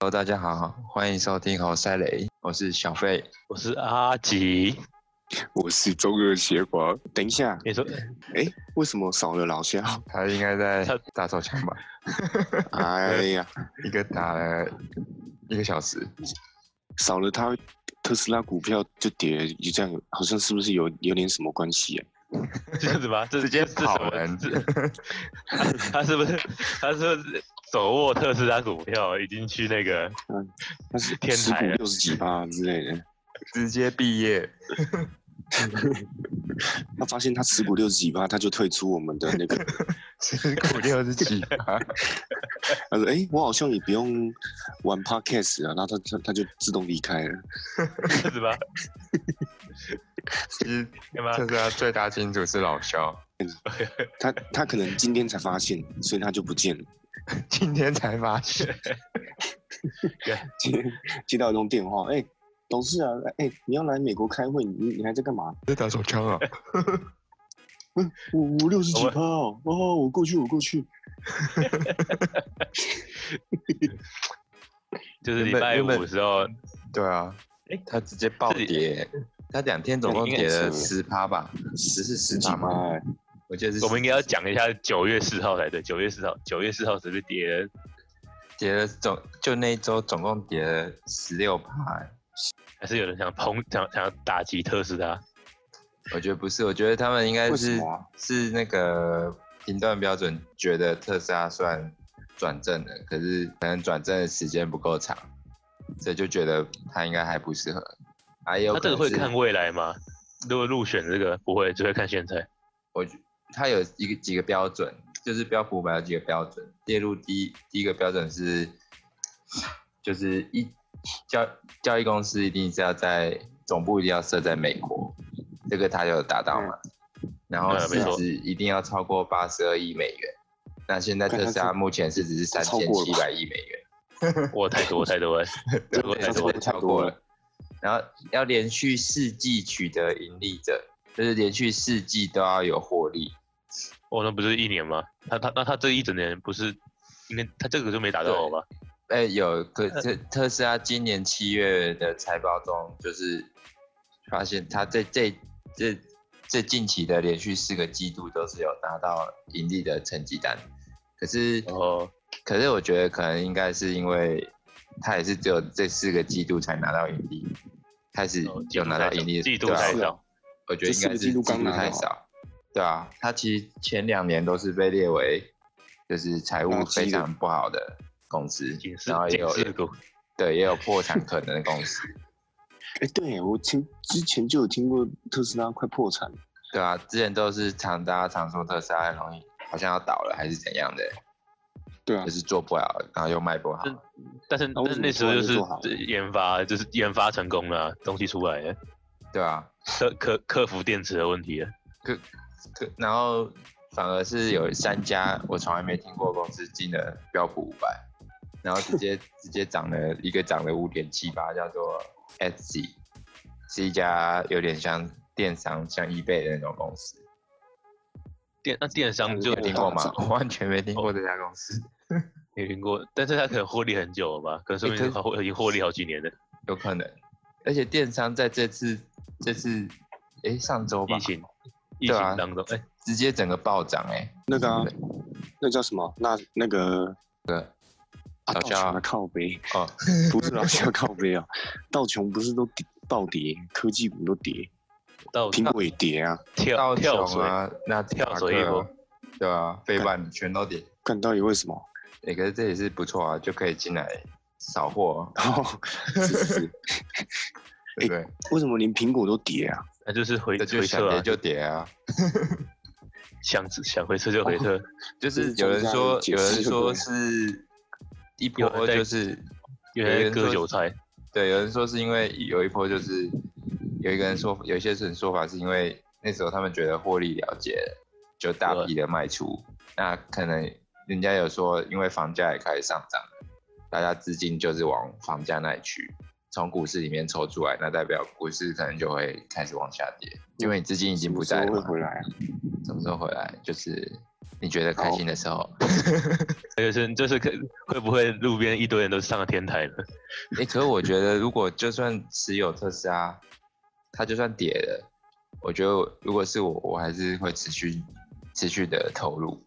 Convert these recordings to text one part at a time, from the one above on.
Hello，大家好，欢迎收听《猴塞雷》，我是小费。我是阿吉。我是中二邪狂。等一下，你说哎、为什么少了老肖？他应该在打手枪吧？哎呀，一个打了一个小时，少了他，特斯拉股票就跌，就这样，好像是不是有有点什么关系啊？ 这样子吗？这直接这这什跑么人这他他是不是他是不是手握特斯拉股票已经去那个？但是天持才股啊六十几趴之类的，直接毕业。 他发现他持股六十几趴，他就退出我们的那 个。持股六十几趴，他说：“哎、我好像也不用玩 podcast 啊。”然后他他他就自动离开了。这样子吗？其实对吗？特斯拉最大金主是老肖，他他可能今天才发现，所以他就不见了。 今天才发现。接接到一通电话，哎、董事啊，哎、你要来美国开会，你你还在干嘛？在打手枪啊？我我六十几几我趴哦，哦，我过去，我过去。就是礼原本拜原五本的时候，对啊诶，他直接暴跌，他两天总共跌了十趴吧，十是十十几趴吗？趴、欸，我记得是我们应该要讲一下九月四号才对。九月四号，九月四号只是跌了跌了总就那一周总共跌了十六趴。欸还是有人想抨想想要打击特斯拉？我觉得不是，我觉得他们应该为什是么啊是那个评断标准觉得特斯拉算转正的，可是可能转正的时间不够长，所以就觉得他应该还不适合。啊，也有他可这个能会是看未来吗？如果入选这个不会，只会看现在。我觉它有一个几个标准，就是标普五百有几个标准，列入第一第一个标准是，就是一交交易公司一定是要在总部一定要设在美国，这个它就有达到嘛。然后嗯没市错值一定要超过八十二亿美元。那现在看特斯拉它是目前市值是三超千过七了百亿美元。哇，太多太 多了，这个太这多了。个对，超过了。然后要连续四季取得盈利者，就是连续四季都要有获利。哦，那不是一年吗？他他那他这一整年不是，应该他这个就没达到对吧？哎、有可呃特特斯拉今年七月的财报中，就是发现它在这这这近期的连续四个季度都是有拿到盈利的成绩单，可是然后可是我觉得可能应该是因为它也是只有这四个季度才拿到盈利，开始哦季有度拿太到少盈利，季度对啊太是少啊，我觉得应该是这四个季度刚拿到太少，对啊，它其实前两年都是被列为就是财务垃圾的非常不好的公司警，示然后也警有示股，对也有破产可能的公司，哎、对我前之前就有听过特斯拉快破产了，对啊，之前都是常大家常说特斯拉很容易好像要倒了还是怎样的，对啊就，是做不了，然后又卖不好，嗯但是那为但是什么那时候就突然就做好是研发就是研发成功了啊，东西出来了，对啊，克克克服电池的问题了。可然后反而是有三家我从来没听过的公司进了标普五百，然后直 接直接涨了一个涨了五点七八，叫做 Etsy，是一家有点像电商像 eBay 的那种公司，电那电商就有听过 吗哦？我完全没听过这家公司，没听过，但是他可能获利很久了吧？可能说欸可明是他获已经获利好几年了。有可能，而且电商在这次这次诶上周吧疫，情疫对情啊当中，哎，直接整个暴涨诶。那个、啊、那叫什么？那那个啊老道肖琼的靠背，哦， 不是老肖靠背啊，道琼不是都跌暴跌，科技股都跌，到苹果也跌啊，跳到跳琼水，啊，那跳水一一波波，对啊，飞板全都点。看到底为什么？欸，可是这也是不错啊，就可以进来扫货，啊然后 是是是，对不对？为什么连苹果都跌啊？那就是回这就回想撤跌啊，就跌啊，想想回撤就回撤，就是有人说，这有个人专家有解释就说对了是一波有人在就是有有人人在说割韭菜。对，有人说是因为有一波就是有一个人说，有一些人说法是因为那时候他们觉得获利了结了，就大批的卖出，那可能人家有说，因为房价也开始上涨了，大家资金就是往房价那里去。从股市里面抽出来，那代表股市可能就会开始往下跌，因为你资金已经不在什了么时候嘛会。回来啊？什么时候回来？就是你觉得开心的时候，就是就是可会不会路边一堆人都上了天台了？哎、可是我觉得如果就算持有特斯拉，它就算跌了，我觉得我如果是我，我还是会持续持续的投入，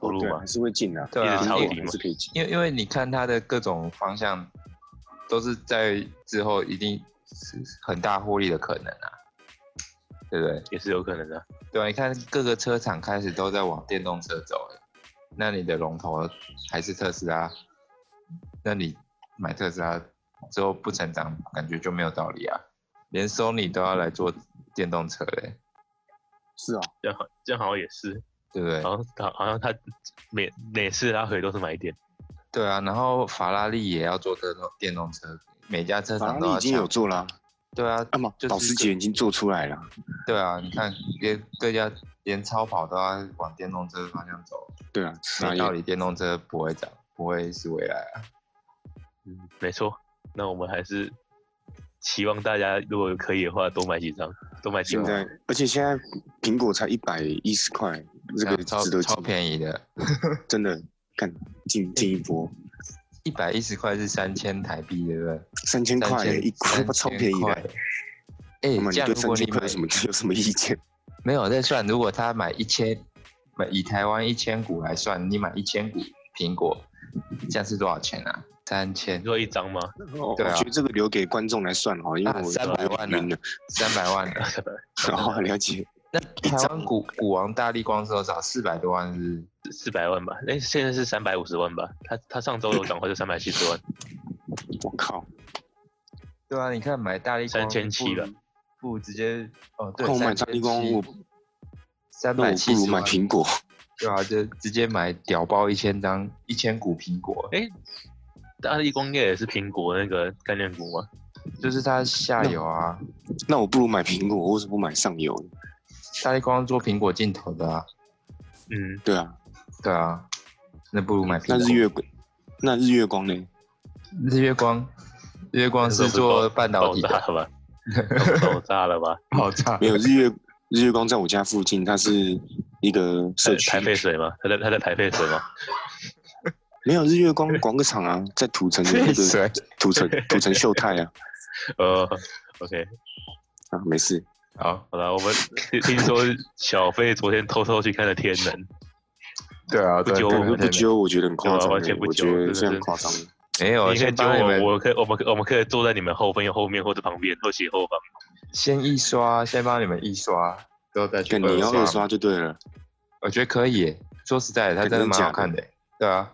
投入对啊，嘛还，是会进啊，对一啊直，抄因底为嘛还是可以进。因为因为你看它的各种方向，都是在之后一定是很大获利的可能啊，对不对？也是有可能的。对啊，你看各个车厂开始都在往电动车走了，那你的龙头还是特斯拉，那你买特斯拉之后不成长，感觉就没有道理啊。连 Sony 都要来做电动车嘞，是啊，这样好，这样好像也是，对不对？好像好好像他每每次拉回都是买点，对啊，然后法拉利也要做电动电动车，每家车法厂拉都利要已经有抢。做了啊，对啊，啊嘛就，是保时捷已经做出来了。对啊，你看连各家连超跑都要往电动车方向走，对啊，傻没眼道理，电动车不会涨，不会是未来啊。嗯，没错。那我们还是期望大家如果可以的话，多买几张，多买几现张。在，而且现在苹果才一百一十块，这那个啊超值得超进，便宜哎的，真的看进进一波，一百一十块是三千台币，对不对？三千三块千一块三超千便宜块的。哎、那这么你样对如三果千你块买有什么 有什么意见？没有再算，如果他买一千，买以台湾一千股来算，你买一千股苹果，这样是多少钱啊？三千你，说一张吗？哦我对啊觉得这个留给观众来算好了，因为啊我300有点万呢晕了。三百万的。好，了解。那一台湾股股王大力光是多少？四百多万是不是？四百万吧，哎、现在是三百五十万吧？他他上周有涨回就三百七十万，我靠，对啊，你看买大力光3700了，不如直接哦，对，看我买大力光，我三那百我不七如十买万，苹果。 对啊，就直接买屌爆一千张，一千股苹果，大力光应该也是苹果那个概念股嘛，就是它下游啊。那我不如买苹果，我为什么不买上游呢？大力光做苹果镜头的啊，嗯，对啊，对啊，那不如买苹那果。日月，那日月光呢？日月光，日月光是做半导爆体炸的，了 吧？爆炸了吧？爆炸 没有日月日月光在我家附近，它是一呃个社区。排排废水吗？他在他在排废水吗？没有日月光 广个厂啊，在土城的那个水土城土城秀泰啊 呃，OK，啊，没事，啊，好了，我们听听说小飞昨天偷偷去看了天能，对啊，不对揪对我对们不对揪，我觉得很夸哦对张啊完欸，全不我揪觉得真的这样是夸张。没有，你可哦以先揪帮我我，们我可以，我们可以我们可以坐在你们后面后面或者旁边或斜后方，先一刷，先帮你们一刷，之后再去对，你要二二，刷就对了，我觉得可以耶。说实在的，它真的蛮好看的耶，对啊，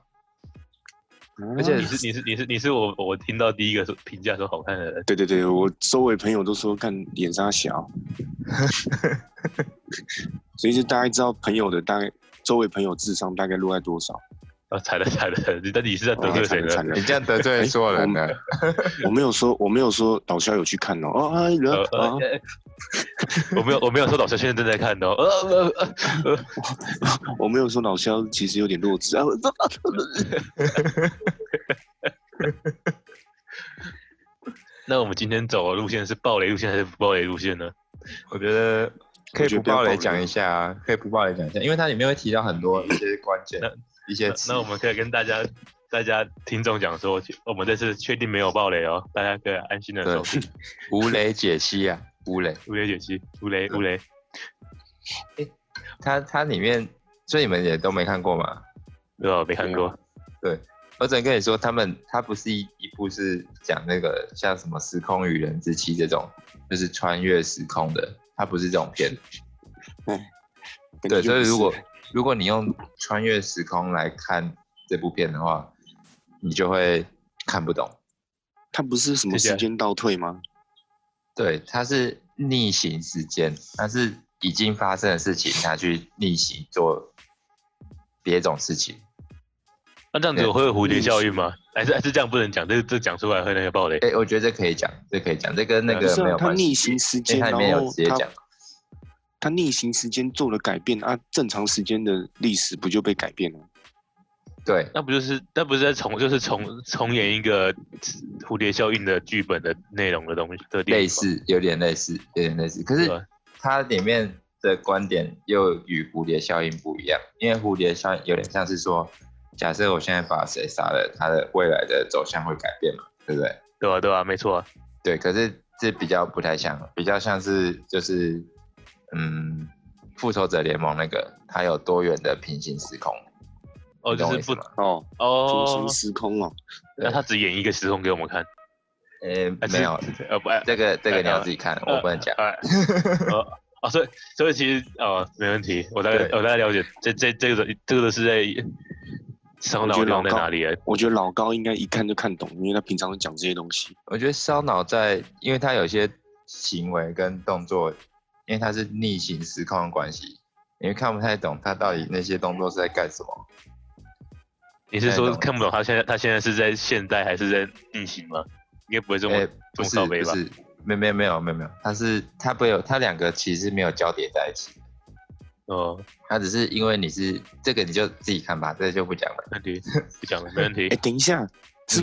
而而啊且你是你是你是你是我我听到第一个说评价说好看的人，对对对，我周围朋友都说看眼 沙小，所以就大概知道朋友的大概周围朋友智商大概落在多少。啊，惨了惨了，你到底是在得罪惨谁了呢？哦惨了你！这样得罪所有人了。我没有说，我没有说老肖有去看哦，哦啊人呃啊呃，呃我没有，我没有说老师现在正在看的哦。呃呃呃，我没有说老肖其实有点弱智啊，啊啊那我们今天走的路线是暴雷路线还是不暴雷路线呢？我觉得可以我觉得不不要爆雷爆讲雷一下啊，可以不爆雷讲一下，因为它里面会提到很多一些关键那、一些那词呃那我们可以跟大家、大家听众讲说，我们这次确定没有暴雷哦，大家可以安心的对收听。无雷解析啊，无雷。无雷解析，无雷无雷，它它里面，所以你们也都没看过嘛？对吧？没看过，我只能跟你说，他们它不是一一部是讲那个像什么时空与人之妻这种，就是穿越时空的，它不是这种片。感对，觉所不以是如果如果你用穿越时空来看这部片的话，你就会看不懂。他不是什么谢谢时间倒退吗？对，它是逆行时间，它是已经发生的事情，它去逆行做别种事情。那这样子对我会有蝴蝶效应吗？还是还是这样不能讲？这这讲出来会那个暴雷。哎、我觉得这可以讲，这可以讲，这跟那不个是没啊有，他关系。逆行时因间，为它里面然有后直接他讲，他逆行时间做了改变啊，正常时间的历史不就被改变了？对那不就是那不是在重就是重重演一个蝴蝶效应的剧本的内容的东西的电影类吗似，有点类似，有点类似。可对是吧它里面的观点又与蝴蝶效应不一样，因为蝴蝶效应有点像是说，假设我现在把谁杀了，他的未来的走向会改变嘛，对不对？对啊，对啊，没错啊，对，可是这比较不太像，比较像是就是，嗯，复仇者联盟那个，它有多元的平行时空，哦，你懂就我是意思不吗？哦，平哦行，时空哦，那他只演一个时空给我们看，呃，啊其没实 有，呃不，呃这个这个你要呃自己看，我不能讲。 呃呃啊，所以所以其实哦，没问题，我大概对我大概了解，这这这个这个是在伤脑我觉得地方在老高哪里啊？我觉得老高应该一看就看懂，因为他平常会讲这些东西。我觉得烧脑在，因为他有些行为跟动作，因为他是逆行时空的关系，你会看不太懂他到底那些动作是在干什么。你是看得说哎懂看不懂他现在他现在是在现代还是在逆行吗？应该不会这么、哎、不这么是靠不背吧？是，没有没有没有没有没有，他是他不会有他两个其实没有交叠在一起，哦，他只是因为你是这个你就自己看吧，这个就不讲了。问 题不讲了，没问题哎、。等一下，是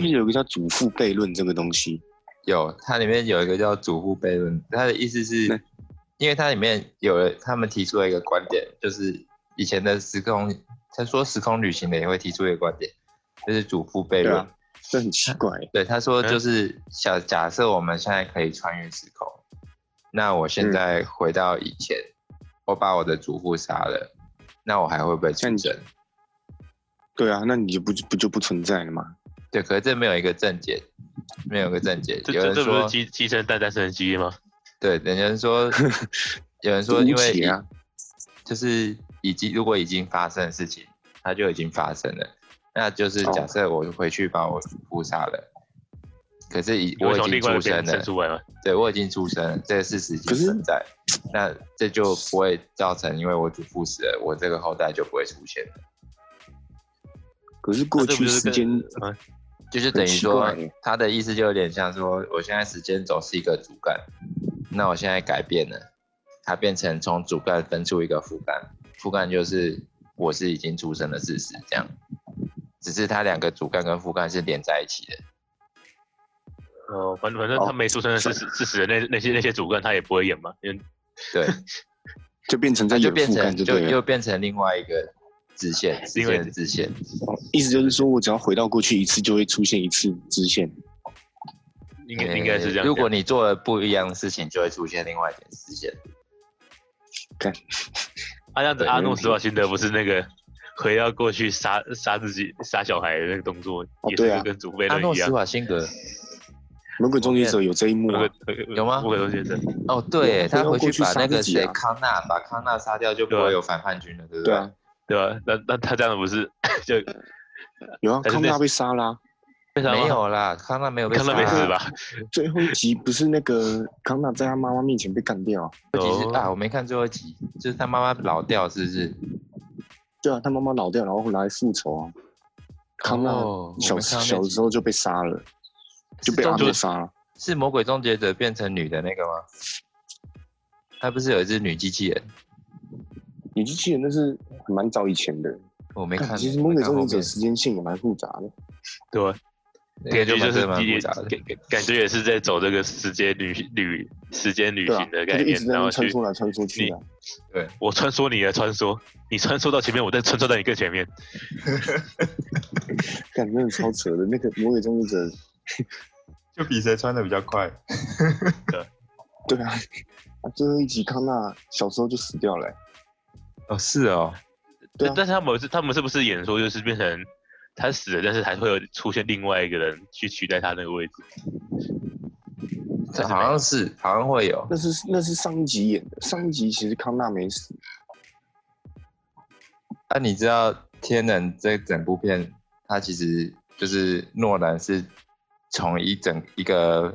嗯不是有一个叫祖父悖论这个东西？有，它里面有一个叫祖父悖论，它的意思是对，因为它里面有了他们提出了一个观点，就是以前的时空，他说时空旅行的也会提出一个观点，就是祖父悖对论。啊这很奇怪、欸对，他说嗯就是小假设我们现在可以穿越时空，那我现嗯在回到以前，我把我的祖父杀了，那我还会不会那出你生？对啊，那你就不不就不存在了吗？对，可是这没有一个正解，没有一个正解。这有这人这不说是，鸡鸡生蛋，蛋生鸡吗？对，人家说， 有人说因为无解以啊，就是已经如果已经发生的事情，它就已经发生了。那就是哦假设我回去把我祖父杀了，可是已你我会已从经另外一出个别人生生了，出来吗？对我已经出生了，这个事实已可经是存在，那这就不会造成因为我祖父死了，我这个后代就不会出现了，可是过那这不去就是时跟间啊就是等于很说奇怪耶他的意思就有点像说，我现在时间轴是一个主干，那我现在改变了，它变成从主干分出一个副干，副干就是我是已经出生的事实，这样，只是它两个主干跟副干是连在一起的，哦，反反正哦他没出生的事实事实的那那些那些主干他也不会演嘛，因为对， 就变成在那啊就有变覆盖成就就对了。又变成另外一个支线，时另外一间的支线，哦意思就是说我只要回到过去一次，就会出现一次支线。应该应该是呃这样讲。如果你做了不一样的事情，就会出现另外一件支线。啊，这样子对阿没诺问题施瓦辛德不是那个回到过去杀杀自己杀小孩的那个动作，也对是啊跟祖辈哦阿论诺一施样。瓦辛格，魔鬼终结者有这一幕有啊哦个，有个有吗不可多先生，哦，嗯对耶，他回到回过去去把杀那个自己谁啊康纳，把康纳杀掉，就不对啊会有反叛军了，对不对啊，对吧？那那他这样子不是就有啊，但是康那纳被杀啦、被杀吗没有啦，康纳没有被看到没杀死啊？吧？最后一集不是那个康纳在他妈妈面前被干掉啊，最后一集是哦啊，我没看最后一集，就是他妈妈老掉，是不是？对啊，他妈妈老掉，然后来复仇啊。康纳哦小、我没看到那小集时候就被杀了，就被是阿终诺杀了。是魔鬼终结者变成女的那个吗？他不是有一只女机器人？女机器人那是蛮早以前的，我没看。啊其实魔鬼终结者者时间线也蛮复杂的。对吧？那个感就觉就蛮是蛮也复杂的。感感感觉也是在走这个时间旅旅时间旅对啊行，的他概就一念直，在那然后边穿去梭来穿梭去啊。我穿梭你的穿梭，你穿梭到前面，我再穿梭到你更前面。感觉很超扯的。那个魔鬼终结者，就比谁穿的比较快。对啊，啊最后一集康纳小时候就死掉了、欸。哦，是哦，对啊但是他们是他们是不是演说就是变成他死了，但是还会有出现另外一个人去取代他那个位置？这好像是，好像会有。那是那是上一集演的，上一集其实康纳没死，那、啊你知道《天能》这整部片，它其实就是诺兰是从一整一个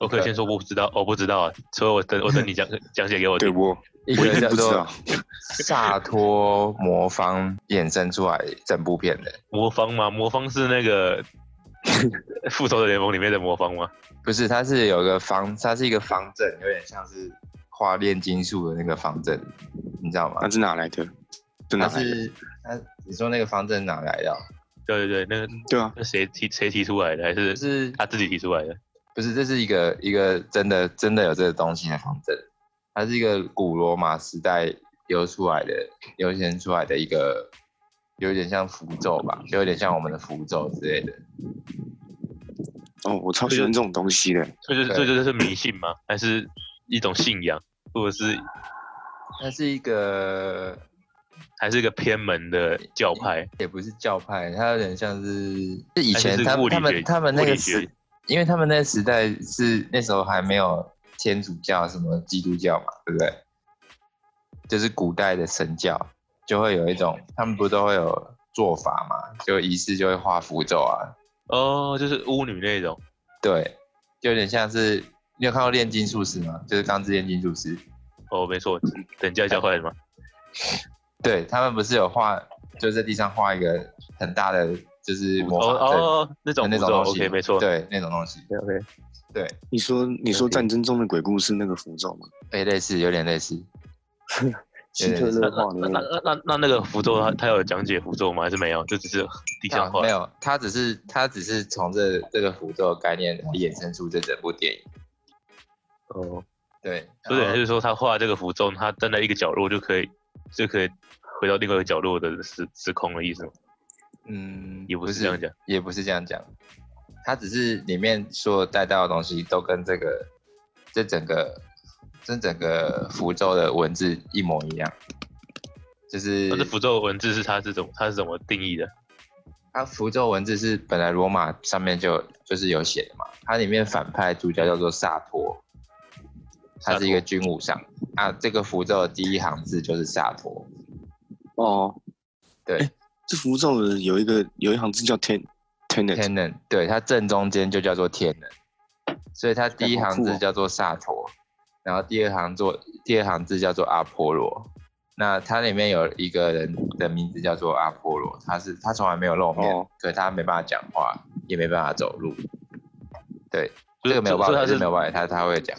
我可以先说我不知道，我不知道啊，所以我等我等 你讲讲解给我对听。我一我一个定叫不知做道。 萨托魔方衍生出来整部片的，魔方吗？魔方是那 个复仇者联盟里面的魔方吗？不是，它是有一个方，它是一个方阵，有点像是画炼金术的那个方阵，你知道吗那？是哪来的？是哪它来的？是它，你说那个方阵哪来的哦？对对对，那个对啊，那谁提谁提出来的？还是就是他自己提出来的？不是，这是一个一个真的真的有这个东西的方阵，它是一个古罗马时代流出来的、流行出来的一个，有点像符咒吧，就有点像我们的符咒之类的。哦，我超喜欢这种东西的。这就是对这就是迷信吗？还是一种信仰，或者是它是一个还是一个偏门的教派？也不是教派，它有点像是是以它就前是他物们理他们他学们那物理个学时，因为他们那个时代是那时候还没有天主教什么基督教嘛，对不对？就是古代的神教就会有一种，他们不都会有做法嘛，就仪式就会画符咒啊，哦，就是巫女那种。对，就有点像是你有看过炼金术师吗？就是钢之炼金术师，哦，没错，嗯等价交换嘛。对他们不是有画，就在地上画一个很大的就是魔哦法阵。哦，那种那符种咒东西，OK，没错。对，那种东西， ，OK。对，你说你说战争中的鬼故事那个符咒吗？哎，类似，有点类似，希特那勒画那的那那个，那那那那个符咒，他他有讲解符咒吗？还是没有？就只是地啊上画没。有，他只是他只是从这这个符咒的概念衍生出这整部电影，哦，对，所以然等于后是说他画这个符咒，他站在一个角落就可以就可以回到另外一个角落的时时空的意思吗？嗯，也不不是这样讲，也不是这样讲，他只是里面所有带到的东西都跟这个这整个这整个符咒的文字一模一样，就是但是哦符咒文字是它是怎么它是怎么定义的？它符咒文字是本来罗马上面就有就是有写的嘛，它里面反派主角叫做萨托，他是一个军武上啊，这个符咒的第一行字就是萨托，哦，对这符咒的有一个有一行字叫天天的，天能，对，它正中间就叫做天能，所以它第一行字叫做萨托，然后第二行做第二行字叫做阿波罗，那它里面有一个人的名字叫做阿波罗，他是他从来没有露面，哦可他没办法讲话，也没办法走路，对。这个没有所办以法，它这是个没有办法，他他会讲。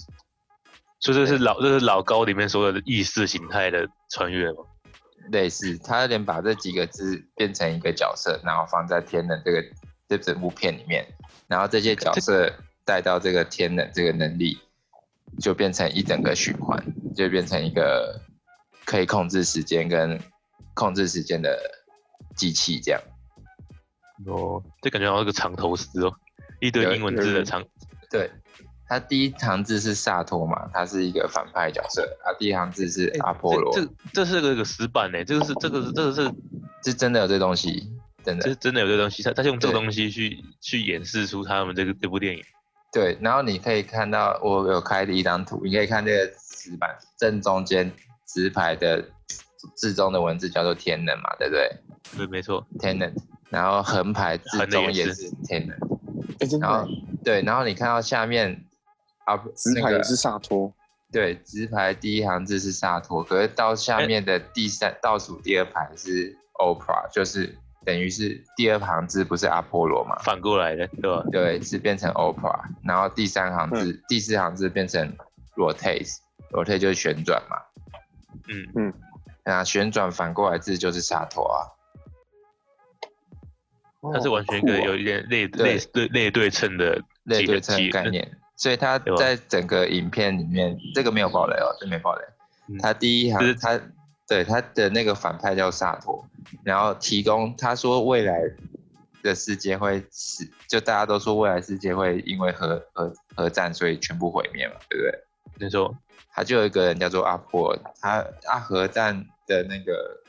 所以这是老这是老高里面说的意识形态的穿越嘛？类似，他有点把这几个字变成一个角色，然后放在天能这个这整部片里面，然后这些角色带到这个天能这个能力，就变成一整个循环，就变成一个可以控制时间跟控制时间的机器这样。哦，这感觉好像是个藏头诗哦，一堆有英文字的有藏。对，他第一行字是萨托嘛，他是一个反派角色，啊，第一行字是阿波罗，这这这是个个死板呢，这个是这个是这个是是真的有这东西，真的这。是真的有这东西，他他是用这个对东西去去演示出他们这个这部电影。对，然后你可以看到我有开了一张图，你可以看这个石板正中间直排的字中的文字叫做天能嘛，对不对？对，没错，天能，然后横排字横的中也也是是天能，哎，真的然后欸，对，然后你看到下面啊，直那排个也是萨托，对，直排第一行字是萨托，可是到下哎面的第三、倒数第二排是 Oprah，就是等于是第二行字不是阿波罗嘛？反过来的，对吧？对，是变成 Oprah，然后第三行字、第四行字变成 rotate，rotate 就是旋转嘛，嗯，那旋转反过来字就是沙头啊，它哦是完全一个有一点类对类对类对称的类几对称几概念，所以它对吧在整个影片里面，这个没有爆雷哦，这没爆雷嗯，它第一就是行它对它的那个反派叫沙陀，然后提供他说未来的世界会是，就大家都说未来世界会因为核核核战所以全部毁灭嘛，对不对？没错，他就有一个人叫做阿破，他阿核弹的那个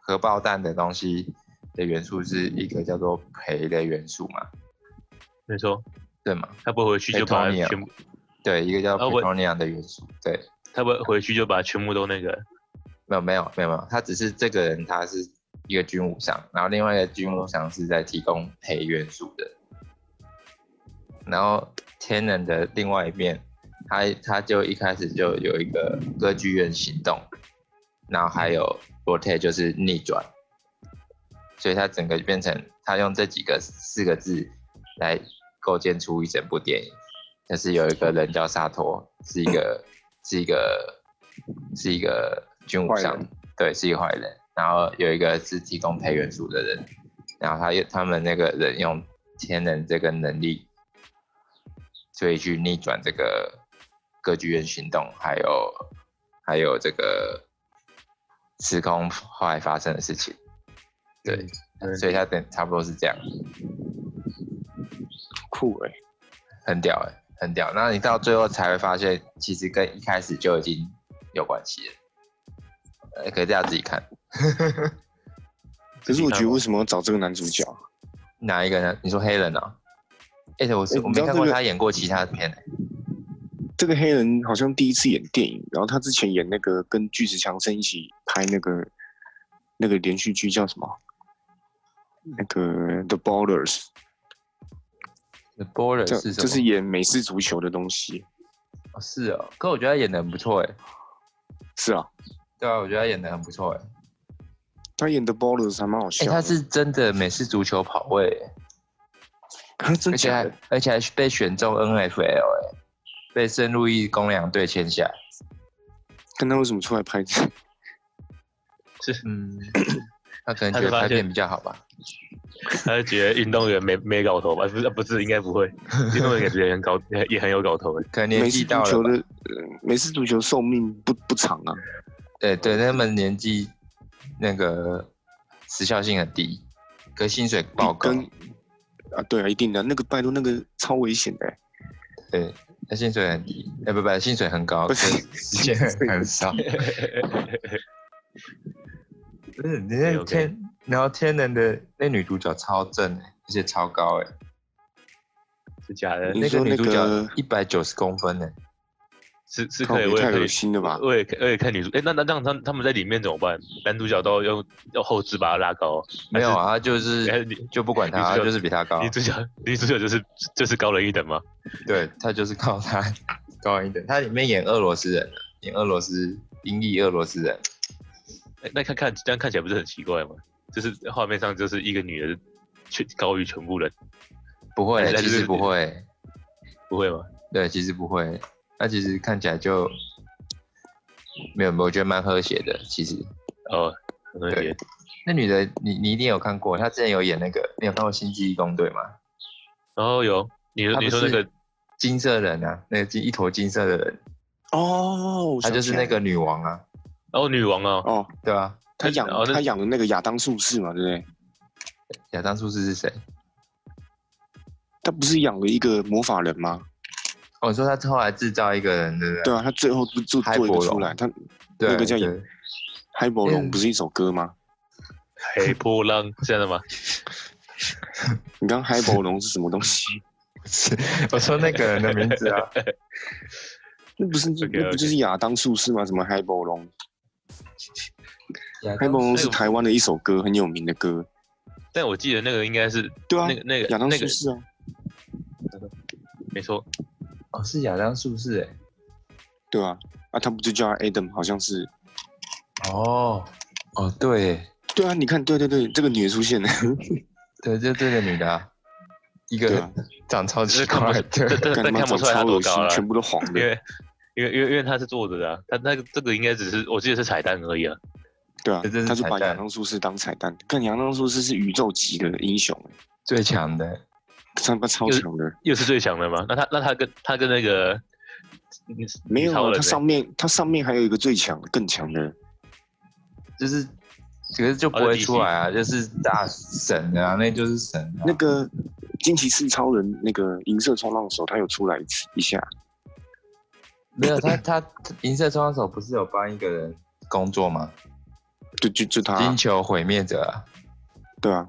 核爆弹的东西的元素是一个叫做镧的元素嘛，没错，对吗？他不回哎去就把它 Plutonium 全部，对，一个叫啊我 plutonium 的元素，对，他不回去就把它全部都那个，没有没有没有没有，他只是这个人他是一个军武商，然后另外一个军武商是在提供镧元素的，然后天人的另外一面，他他就一开始就有一个歌剧院行动，然后还有 rotate 就是逆转，所以他整个变成他用这几个四个字来构建出一整部电影，就是有一个人叫沙托，是一 个是一个是一个军武坏商人，对，是一个坏人，然后有一个是提供培元素的人，然后他用他们那个人用天能这个能力，所以去逆转这个歌剧院行动，还有还有这个时空后来发生的事情。对，嗯所以它等差不多是这样，酷哎、很屌哎、很屌。那你到最后才会发现，其实跟一开始就已经有关系了。呃，可以大家自己看可是你我觉看得过为什么要找这个男主角？啊哪一个呢？你说黑人哦？哎、我是、哎我你知没道看过这个他演过其他片、欸，这个黑人好像第一次演电影，然后他之前演那个跟巨石强森一起拍那个那个连续剧叫什么？嗯那个 The Ballers， The Border 这是什么？就是演美式足球的东西，哦是哦，可我觉得他演的很不错哎、是啊，对啊，我觉得他演的很不错哎、他演 The Ballers 还蛮好哎、笑的。他 是真的美式足球跑位、欸，他真而且假的还？而且还被选中 NFL 哎、被圣路易公羊队签下。看他为什么出来拍这？嗯， 他可能他觉就得发拍片现比较好吧？ 他就觉得运动员没没搞头吧？不是不是，应 该不会，运动员感觉很搞也也很有搞头的。可能年美纪式到足球了吧，的，呃美式足球寿命不不长啊，对对，他们年纪那个时效性很低，可薪水爆高，跟啊，对啊，一定的。那个拜托，那个超危险的欸、对，那呃薪水很低，哎、不不，薪水很高，不可是时间很很少。不是，你那 OK，OK 天，然后天人的那女主角超正、欸，而且超高哎、是假的你，那个说女那主角个一百九十公分呢、欸是是靠可以，北我也太可恶以，心了吧？我也我也看女主，哎、那那这样他他们在里面怎么办？男主角都要用用后置把他拉高，没有还哎啊，她就是还是是女就不管女她，主她角就是比她高女，主角女主角就是就是高人一等嘛。对她就是靠她高人一等。她里面演俄罗斯人啊，演俄罗斯英裔俄罗斯人，啊诶那看看这样看起来不是很奇怪吗？就是画面上就是一个女人却高于全部人，不会、哎那其就是实不会，不会吗？对，其实不会。那其实看起来就没有，我觉得蛮和谐的。其实哦，可能对也那女的，你你一定有看过，她之前有演那个，你有看过《星际义工队》吗？然后哦有你说他你不说那是个金色人啊，那个金一坨金色的人，哦，她就是那个个女王啊，哦女王哦，哦，对吧、他养哦那他养的那个亚当术士嘛，对不对？亚当术士是谁？他不是养了一个魔法人吗？哦，你说他后来制造一个人，对不对？对啊，他最后不是做嗨做一个伯龙出来，他《对，那个叫对嗨伯龙嗯》不是一首歌吗？黑波浪这样的吗？你刚刚嗨伯龙是什么东西？ 我说那个人的名 字啊，那不是那 OK，OK 嗯不就是亚当术士吗？什么嗨伯龙？亚嗨伯龙那是个台湾的一首歌，很有名的歌。但我记得那个应该是对啊那，个那个亚当那术个士啊，没错，哦是亚当术士哎，对啊，啊，他不就叫他 Adam？好像是。哦哦对耶，对啊，你看，对对对，这个女的 出现了，对，就这个女的啊、一对个啊，长超只奇是看不怪出，但的，但 干但他妈看不长出来他超多恶高啊心，了，全部都黄因 的。为因为因为因为他是坐着的、啊，他那个这个应该只是我记得是彩蛋而已啊。对啊这真，是他就彩把亚蛋当术士当彩蛋，看亚当术士是宇宙级的英雄，欸最强的他妈超又强的。又是最强的吗？那他那他跟他跟那个女没有女超啊，人他呢上面他上面还有一个最强更强的，就是。可是就不会出来啊，就是大神啊，那就是神啊。那个惊奇四超人那个银色冲浪手，他有出来一次一下，没有他，他他银色双手不是有帮一个人工作吗？就就就他啊金，球毁灭者啊，对啊，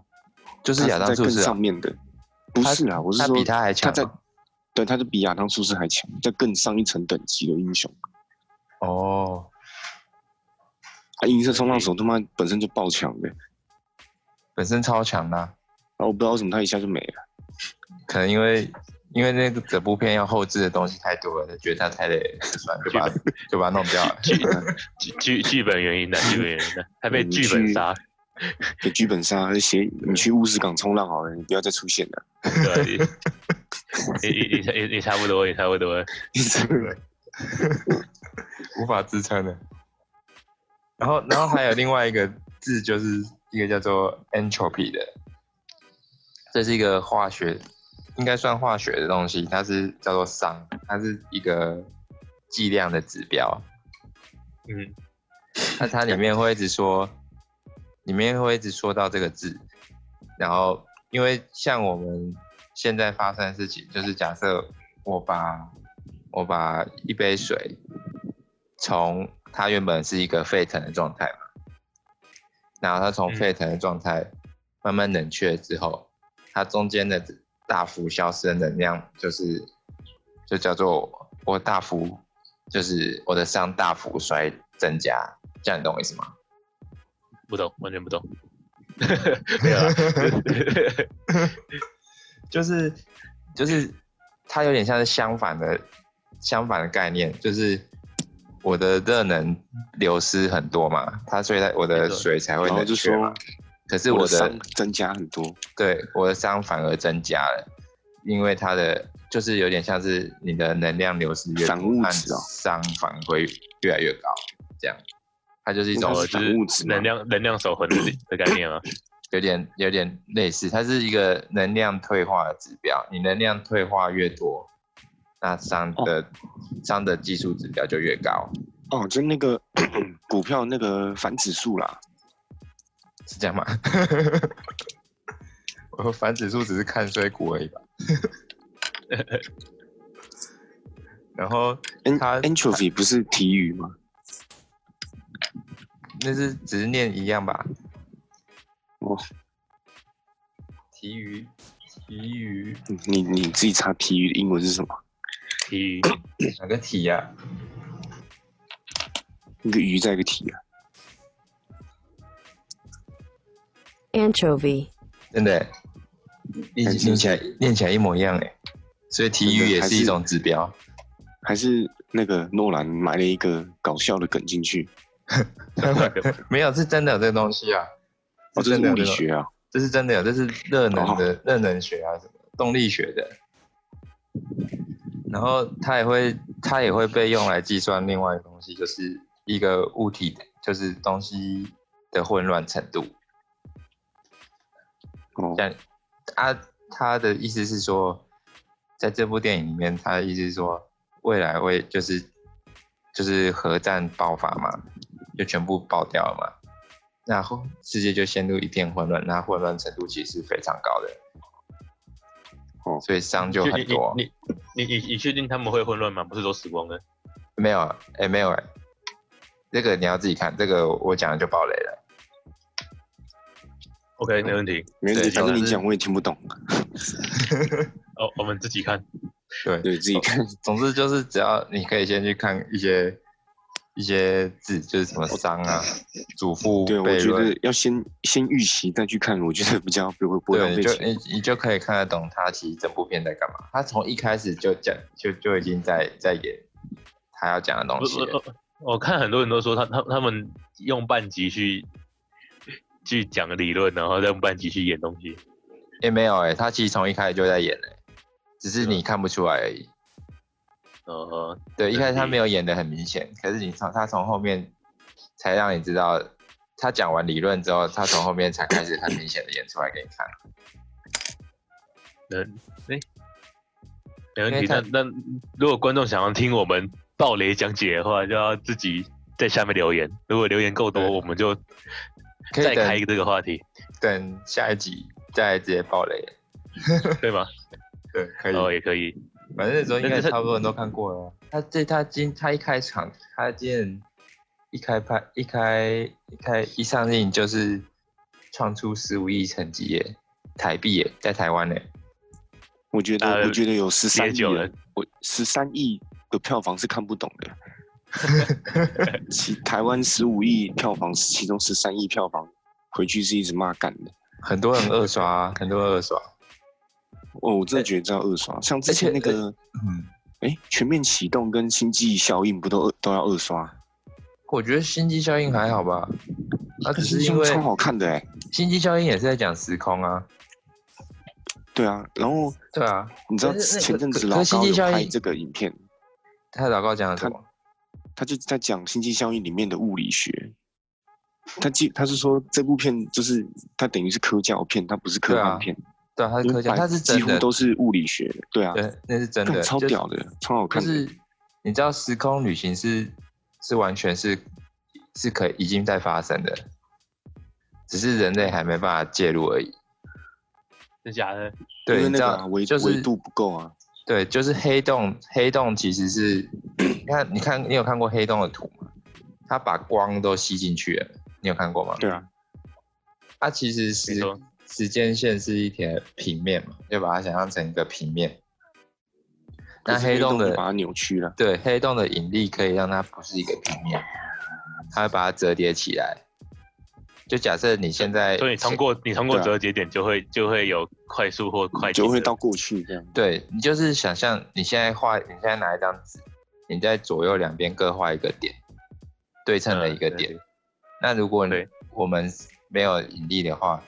就就是亚当术更士啊上，面的，不他是啊，我是他说比他还他强在啊。对，他就比亚当术士还强，在更上一层等级的英雄。哦，啊，银色冲浪嗯手他妈本身就爆强的，然本身超强的啊、后我不知道为什么他一下就没了。可能因为因为那个整部片要后置的东西太多了，他觉得他太累了， 算了就把它就把它弄掉了。剧剧剧剧本原因的、剧本原因的、还被嗯剧本去杀，给剧本杀，而且你去乌石港冲浪好了，你不要再出现 了。对吧，也也也也也也差不多，也差不多。啊无法支撑的。 然后，然后还有另外一个字，就是一个叫做 entropy 的，这是一个化学，应该算化学的东西，它是叫做熵，它是一个计量的指标。嗯，那它里面会一直说，里面会一直说到这个字，然后因为像我们现在发生的事情，就是假设我把我把一杯水从它原本是一个沸腾的状态嘛，然后它从嗯沸腾的状态慢慢冷却之后，它中间的大幅消失的能量，就是就叫做我大幅，就是我的伤大幅衰增加，这样你懂我意思吗？不懂，完全不懂。没有啦就是就是它有点像是相反的相反的概念，就是我的热能流失很多嘛，它所以它我没的错水才会 然后冷就却嘛说。可啊是我我的的伤增加很多，对我的伤反而增加了，因为它的就是有点像是你的能量流失越多，反物质哦和伤反而会越来越高，这样，它就是一种那它是就反物质是嘛能量能量守恒的的概念啊。有点有点类似，它是一个能量退化的指标。你能量退化越多，那伤的、伤的技术指标就越高，哦，就那个 股票那个反指数啦，是这样吗？ 我反指数只是看衰股而已吧。 然后 An 它 anchovy 不是体育吗？那是只是念一样吧？哦，提鱼，提鱼，嗯你你自己查体育的英文是什么？体育哪个提呀、一个鱼在一个体啊， anchovy, 真的欸，念起感情念起来念起来一模一样哎，所以体真育的也还是是一种指标。还是那个诺兰埋了一个搞笑的梗进去？没有，是真的有这个东西啊！哦，这真的是有物理这个学啊，这是真的有，这是热能的、热能学啊，什么动力学的。然后它也会，它也会被用来计算另外一个东西，就是一个物体的，就是东西的混乱程度。哦，但他他的意思是说，在这部电影里面，他的意思是说，未来会就是就是核战爆发嘛，就全部爆掉了嘛，然后世界就陷入一片混乱，那混乱程度其实是非常高的，哦所以伤就很多。你你你你你确定他们会混乱吗？不是都死光了？没有，哎、没有、哎，这个你要自己看，这个我讲了就爆雷了。 OK，没问题。没问题，对反正就你是讲我也听不懂，哦，我们自己看。对，对自己看。 总之就是，只要你可以先去看一些一些字，就是什么伤啊、祖父哦对，我悖觉论得要先先预习再去看，我觉得比较不会不会浪对，费你就钱。你你就可以看得懂他其实整部片在干嘛。他从一开始就讲就就已经在在演他要讲的东我西了。我哦我我看很多人都说他他他们用半集去去讲理论，然后再用半集去演东西。也、没有哎、他其实从一开始就在演哎、只是你看不出来而已。呃，对，一开始他能力没有演的很明显，可是你从他从后面才让你知道，他讲完理论之后，他从后面才开始很明显的演出来给你看。能哎、没问因为题。他那那如果观众想要听我们暴雷讲解的话，就要自己在下面留言。如果留言够多，对我们就可以再等开一个这个话题，等下一集再直接爆雷。对吗？对，可以。哦，也可以。反正那时候应该但是他差不多人都看过了。他这他今他一开场，他今天一开拍一开一开一上映就是创出十五亿成绩耶，台币耶，在台湾呢。我觉大得家我觉得有十三憋亿久了的，我十三亿的票房是看不懂 的。其台湾十五亿票房，其中十三亿票房回去是一直骂干的。很多人二刷、啊，很多人二刷。哦，我真的觉得这样二刷，像之前而且那个嗯，哎、全面启动跟星际效应不都二都要二刷？我觉得《星际效应》还好吧，那只啊是因为超好《看的哎、星际效应》也是在讲时空啊。对啊，然后对啊，你知道可是那前阵子可老可是星高际有效拍应这个影片，他祷告讲了什么？他就在讲《星际效应》里面的物理学。他记，他是说这部片就是它等于是科教片，它不是科对啊幻片，对啊，他是科因讲，为他是真几乎的，都是物理学的，对啊，对，那是真干的，超就是屌的，超好就看的。是你知道时空旅行是是完全是是可以已经在发生的，只是人类还没办法介入而已。真假的？对，因为你那知个道啊维就是维度不够啊。对，就是黑洞，黑洞其实是，你看，你看，你有看过黑洞的图吗？它把光都吸进去了，你有看过吗？对啊，它其实时没错时间线是一条平面嘛，要把它想象成一个平面。那可是黑洞洞的就把它扭曲了。对，黑洞的引力可以让它不是一个平面，它会把它折叠起来。就假设你现在，所以你通过你通过对啊折叠点就会就会有快速或快进就会的到过去这样。对你就是想象你现在画，你现在拿一张纸，你在左右两边各画一个点，对称的一个嗯点。那如果你对我们没有引力的话，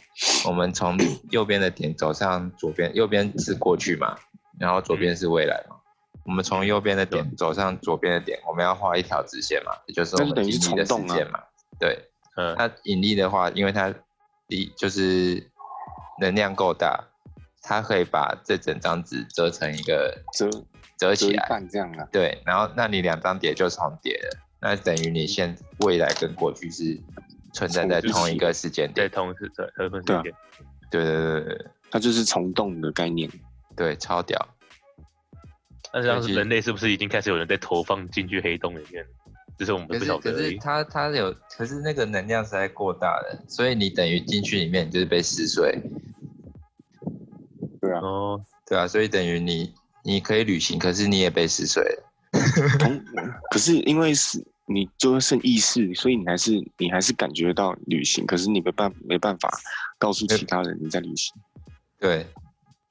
我们从右边的点走上左边，右边是过去嘛，然后左嗯边是未来嘛。我们从右边的点走上左边的点，我们要画一条直线嘛，也就是我那就们等于经是历的虫时洞啊间嘛。对，嗯，它引力的话，因为它力就是能量够大，它可以把这整张纸折成一个折折折起一来。半这样啊，对，然后那你两张叠就重叠了，那等于你现未来跟过去是存在在重叠同一个时间在点。同时在合分对时啊间，对对对对对它就是虫洞的概念。对，超屌！但是当其时实人类是不是已经开始有人在投放进去黑洞里面？只是我们可不是晓得欸可而是已。它它有，可是那个能量实在过大了，所以你等于进去里面你就是被撕碎，对啊，哦，对啊，所以等于你你可以旅行，可是你也被撕碎了。同 可是因为是你就会剩意识，所以你还是你还是感觉到旅行，可是你没办没办法告诉其他人你在旅行，对，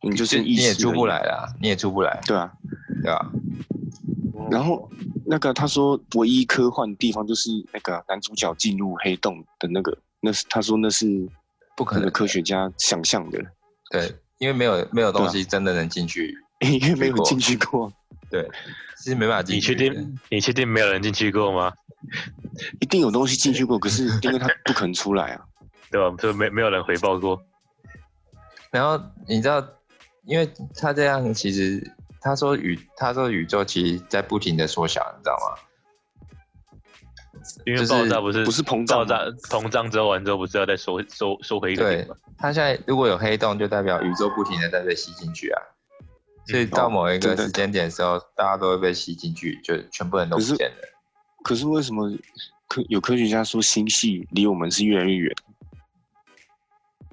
你就就是你意识也出不而已。来啦，你也出不来，对啊，对吧？嗯然后那个他说唯一科幻的地方就是那个男主角进入黑洞的那个，那是他说那是不可那能个的科学家想象的， 对，因为没有没有啊东西真的能进去，因为没有进去过，对，是没办法进你去嗯确的。定你确定没有人进去过吗？一定有东西进 去过，可是因为他不肯出来啊。对吧？就没没有人回报过。然后你知道，因为他这样其实他说宇他说宇宙其实在不停的缩小，你知道吗？因就为是爆炸不是不是膨爆胀吗炸膨胀之后完之后不是要再收收收回一个对点吗？，它现在如果有黑洞，就代表宇宙不停的在被吸进去啊。所以到某一嗯哦对个对时间点的时候，大家都会被吸进去，就全部人都不可是见了。可是为什么科有科学家说星系离我们是越来越远，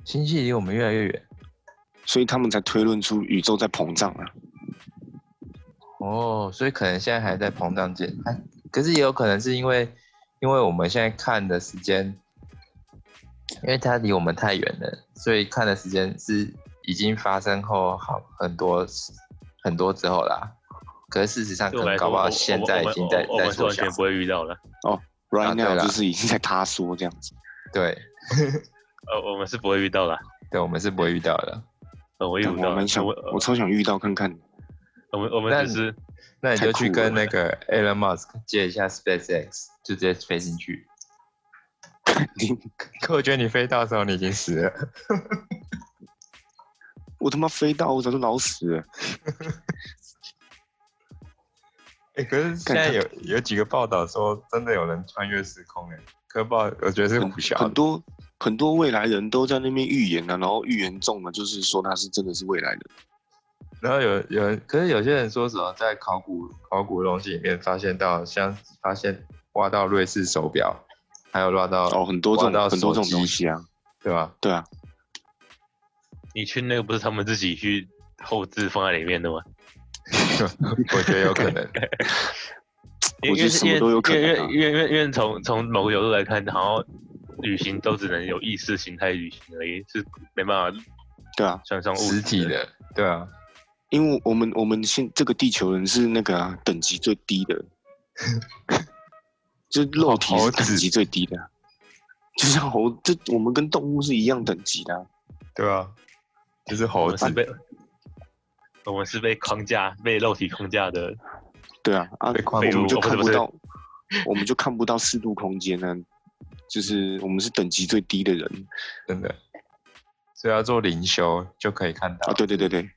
星系离我们越来越远。所以他们才推论出宇宙在膨胀啊？哦，所以可能现在还在膨胀阶段，啊可是也有可能是因为，因为我们现在看的时间，因为它离我们太远了，所以看的时间是已经发生后好很多很多之后啦。可是事实上，对可我能们来搞说，不我好们现在我已们经在我在们是缩完小全。不会遇到了。啊 Right 对 now 啦就是已经在塌缩这样子，对，呃，我们是不会遇到了。对，我们是不会遇到的。呃，我遇但不到我了。蛮想，我我超想遇到看 看。我们我但们只是那你太就去酷跟了那个 Elon Musk 借一下 SpaceX，就直接飞进去。 可我觉得你飞到的时候，你已经死了。我他妈飞到，我早就老死了。哎、可是现干在他有有几个报道说，真的有人穿越时空哎、可报我觉得是胡很笑很的，多很多未来人都在那边预言啊，然后预言中了，就是说他是真的是未来人。然后有有人，可是有些人说什么在考古考古的东西里面发现到像发现挖到瑞士手表，还有挖到、哦，很多这挖到种很多手这种机东西啊，对吧？ 对啊，你去那个不是他们自己去后置放在里面的吗？我觉得有可 能，因我为觉得什么都有可能啊因为因为因为因为因为从从某个角度来看，好像旅行都只能有意识形态旅行而已，是没办法对啊，算上物实质体。的，对啊，因为我们我们现这个地球人是那个啊、等级最 低的，就是肉体猴是子等级最低的啊，就像猴，这我们跟动物是一样等级的啊、对啊，就是我猴们子是，被我们是被框架、被肉体框架的。对啊，啊，被框我们住就哦不是看不不是到，我们就看不到四度空间呢、就是我们是等级最低的人真的，所以要做灵修就可以看啊，到，对对 对对，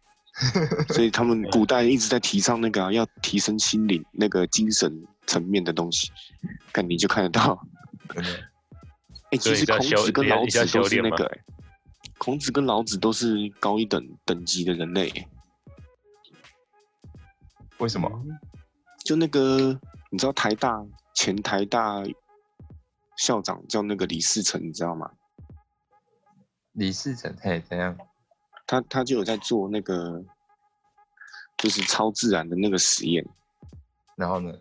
所以他们古代一直在提倡那个啊、要提升心灵那个精神层面的东西，看你就看得到。真的哎、所其以实你叫孔修子跟你要老你叫子都修是炼那吗个、欸，孔子跟老子都是高一等等级的人类、欸为什么？就那个你知道台大前台大校长叫那个李世成，你知道吗？李世成嘿怎样？他他就有在做那个就是超自然的那个实验。然后呢？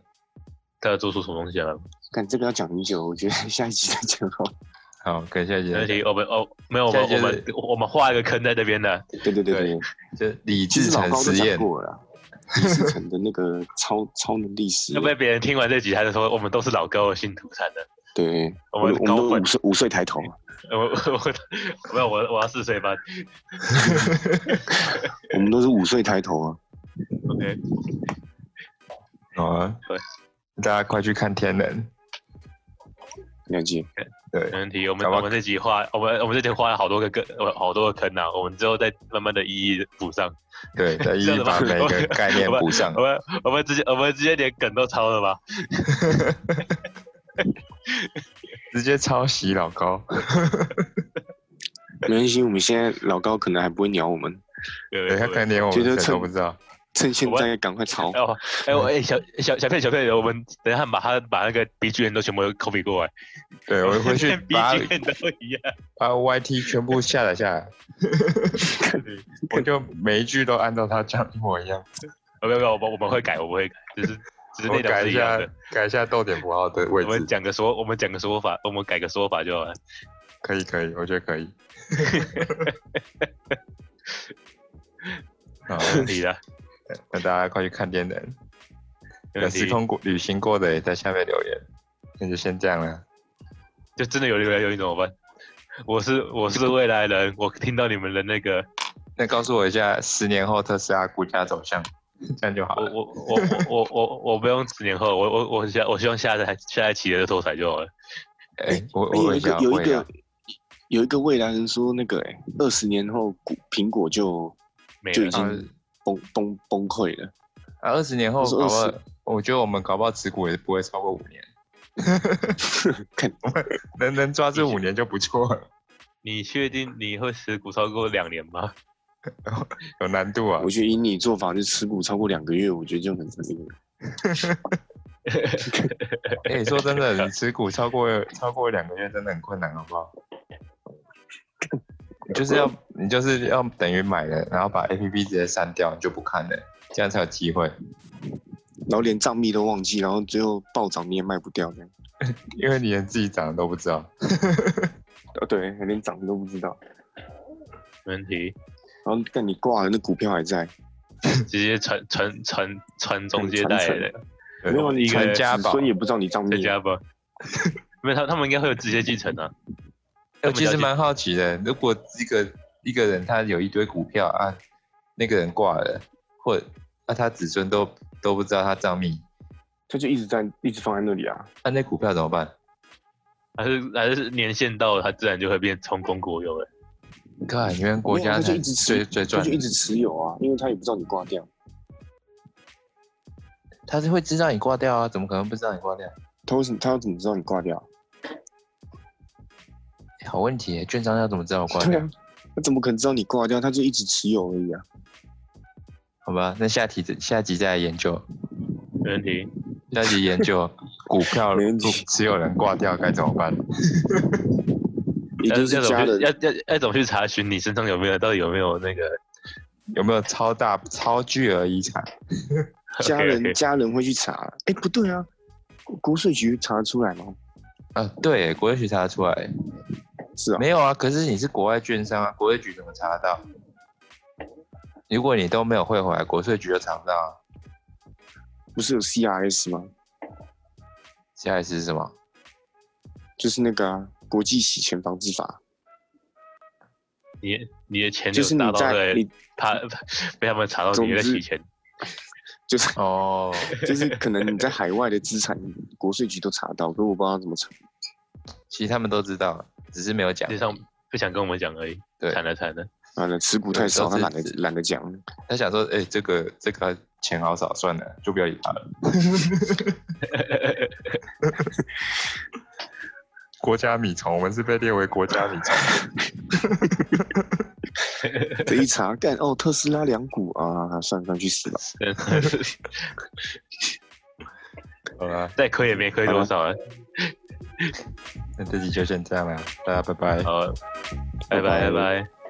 他要做出什么东西啊？但这个要讲很久，我觉得 下一集再讲哦好了。好，可以下一集而呃再且讲。我们哦，没有我们现我在们就我们画一个坑在那边的，对对对对对，就李其志实老成高都实讲验，过了啦。李世成的那个超超能力实要验不，然别人听完这集，他就说我们都是老高的信徒产的。对，我我们们我们高都本五岁五岁抬头， 啊我我没有我我要四岁班我们都是五岁抬头啊。 ，OK，好啊对，大家快去看天能。了解，对没，问题。我们搞不好我们这集画，我们我们这集画了好多个坑，呃好多个坑啊，我们之后再慢慢的一一补上。对， 再一这一样把子吧每个概念补上我。们我们直接我们直接连梗都抄了 吧？直接抄袭老高。没关系，我们现在老高可能还不会鸟我们，对对，他可能连我觉们得谁趁都不知道。趁现在赶快吵。哦，哎、我哎、小小小佩小佩，我们等一下把他把那个 B G M 都全部 copy 过来，对，我回 去 B 把 G M 都一 样。把 YT 全部下载下 来，我就每一句都按照他讲一模一样。哦没有没有，我们我们会改，我们会改，只是只是我内容改是一一样下的。，改一下逗点符号的位我们置。讲个说，我们讲个说法，我们改个说法就好了。可以，可以，我觉得可以。好，没问 题的，那大家快去看电影。 没有问题时。空过旅行过的也在下面留言。那就先这样了。就真的有留言留言怎么办？我是我是未来人，我听到你们的那个，那告诉我一下，十年后特斯拉股价走向，这样就好我了。我我我我我我不用十年后，我我我下我希望下台下一期的头彩就好了。哎、我我有问一一个下，有问一一下个有一个未来人说那个哎、二十年后股苹果就没就了已经崩崩崩溃了。啊，二十年后我说搞不好20，我觉得我们搞不好持股也不会超过五年，看能能抓这五年就不错了，你确定你会持股超过两年吗？有难度啊我。觉得以你做法，就持股超过两个月，我觉得就很很那个。哎、说真的，你持股超过超过两个月真的很困难，好不好？你就是要你就是要等于买了，然后把 A P P 直接删掉，你就不看了，这样才有机会。然后连账密都忘记，然后最后暴涨你也卖不掉这样。因为你连自己涨的都不知道。哦，对，连涨都不知道。没问题，然后但你挂了，那股票还在，直接传传传传宗接代传承的，对没有一你个传家子宝孙也不知道你账在密。家吧。没有他他们应该会有直接继承啊。我其实蛮好奇的，如果一个一个人他有一堆股票啊，那个人挂了，或那、啊、他子孙都都不知道他账密，他就一直在一直放在那里啊。那、那股票怎么办？还是还是年限到了，它自然就会变成公国有了。看，你们国没有家他就才一最直持，最他赚就，一直持有啊，因为他也不知道你挂掉，他是会知道你挂掉啊，怎么可能不知道你挂掉？他为什么他要怎么知道你挂掉？欸好问题耶，券商要怎么知道我挂对掉啊？，他怎么可能知道你挂掉？他就一直持有而已啊。好吧，那下题下集再来研究，没问题，下集研 究股票没如问题持有人挂掉该怎么办？一呃要要定是怎家么人去要要要怎么去查询你身上有没有到底有没有那个有没有超大超巨额遗产？家 OK，OK 人家人会去查。哎，不对啊，国税局查得出来吗？啊，对耶，国税局查得出来耶，是啊，没有啊，可是你是国外券商啊，国税局怎么查得到？如果你都没有汇回来，国税局就查不到啊。不是有 CRS 吗？下一次是什么？就是那个、啊、国际洗钱防治法，你你的钱就是有达你到在对你他被他们查到你在洗钱，就是哦，就是可能你在海外的资产，国税局都查到，可是我不知道怎么查。其实他们都知道，只是没有讲实际。上不想跟我们讲而已。对惨了惨了， 完了啊持股太少，他对懒都得是懒得讲。他想说，哎、这个这个钱好少，算了，就不要理他了。国家米虫，我们是被列为国家米虫。这一查，干哦，特斯拉两股啊，算了算了去死吧。好啦，再亏也没亏多少啊。那这集就先这样啦，大家拜拜。好，拜拜拜拜拜拜。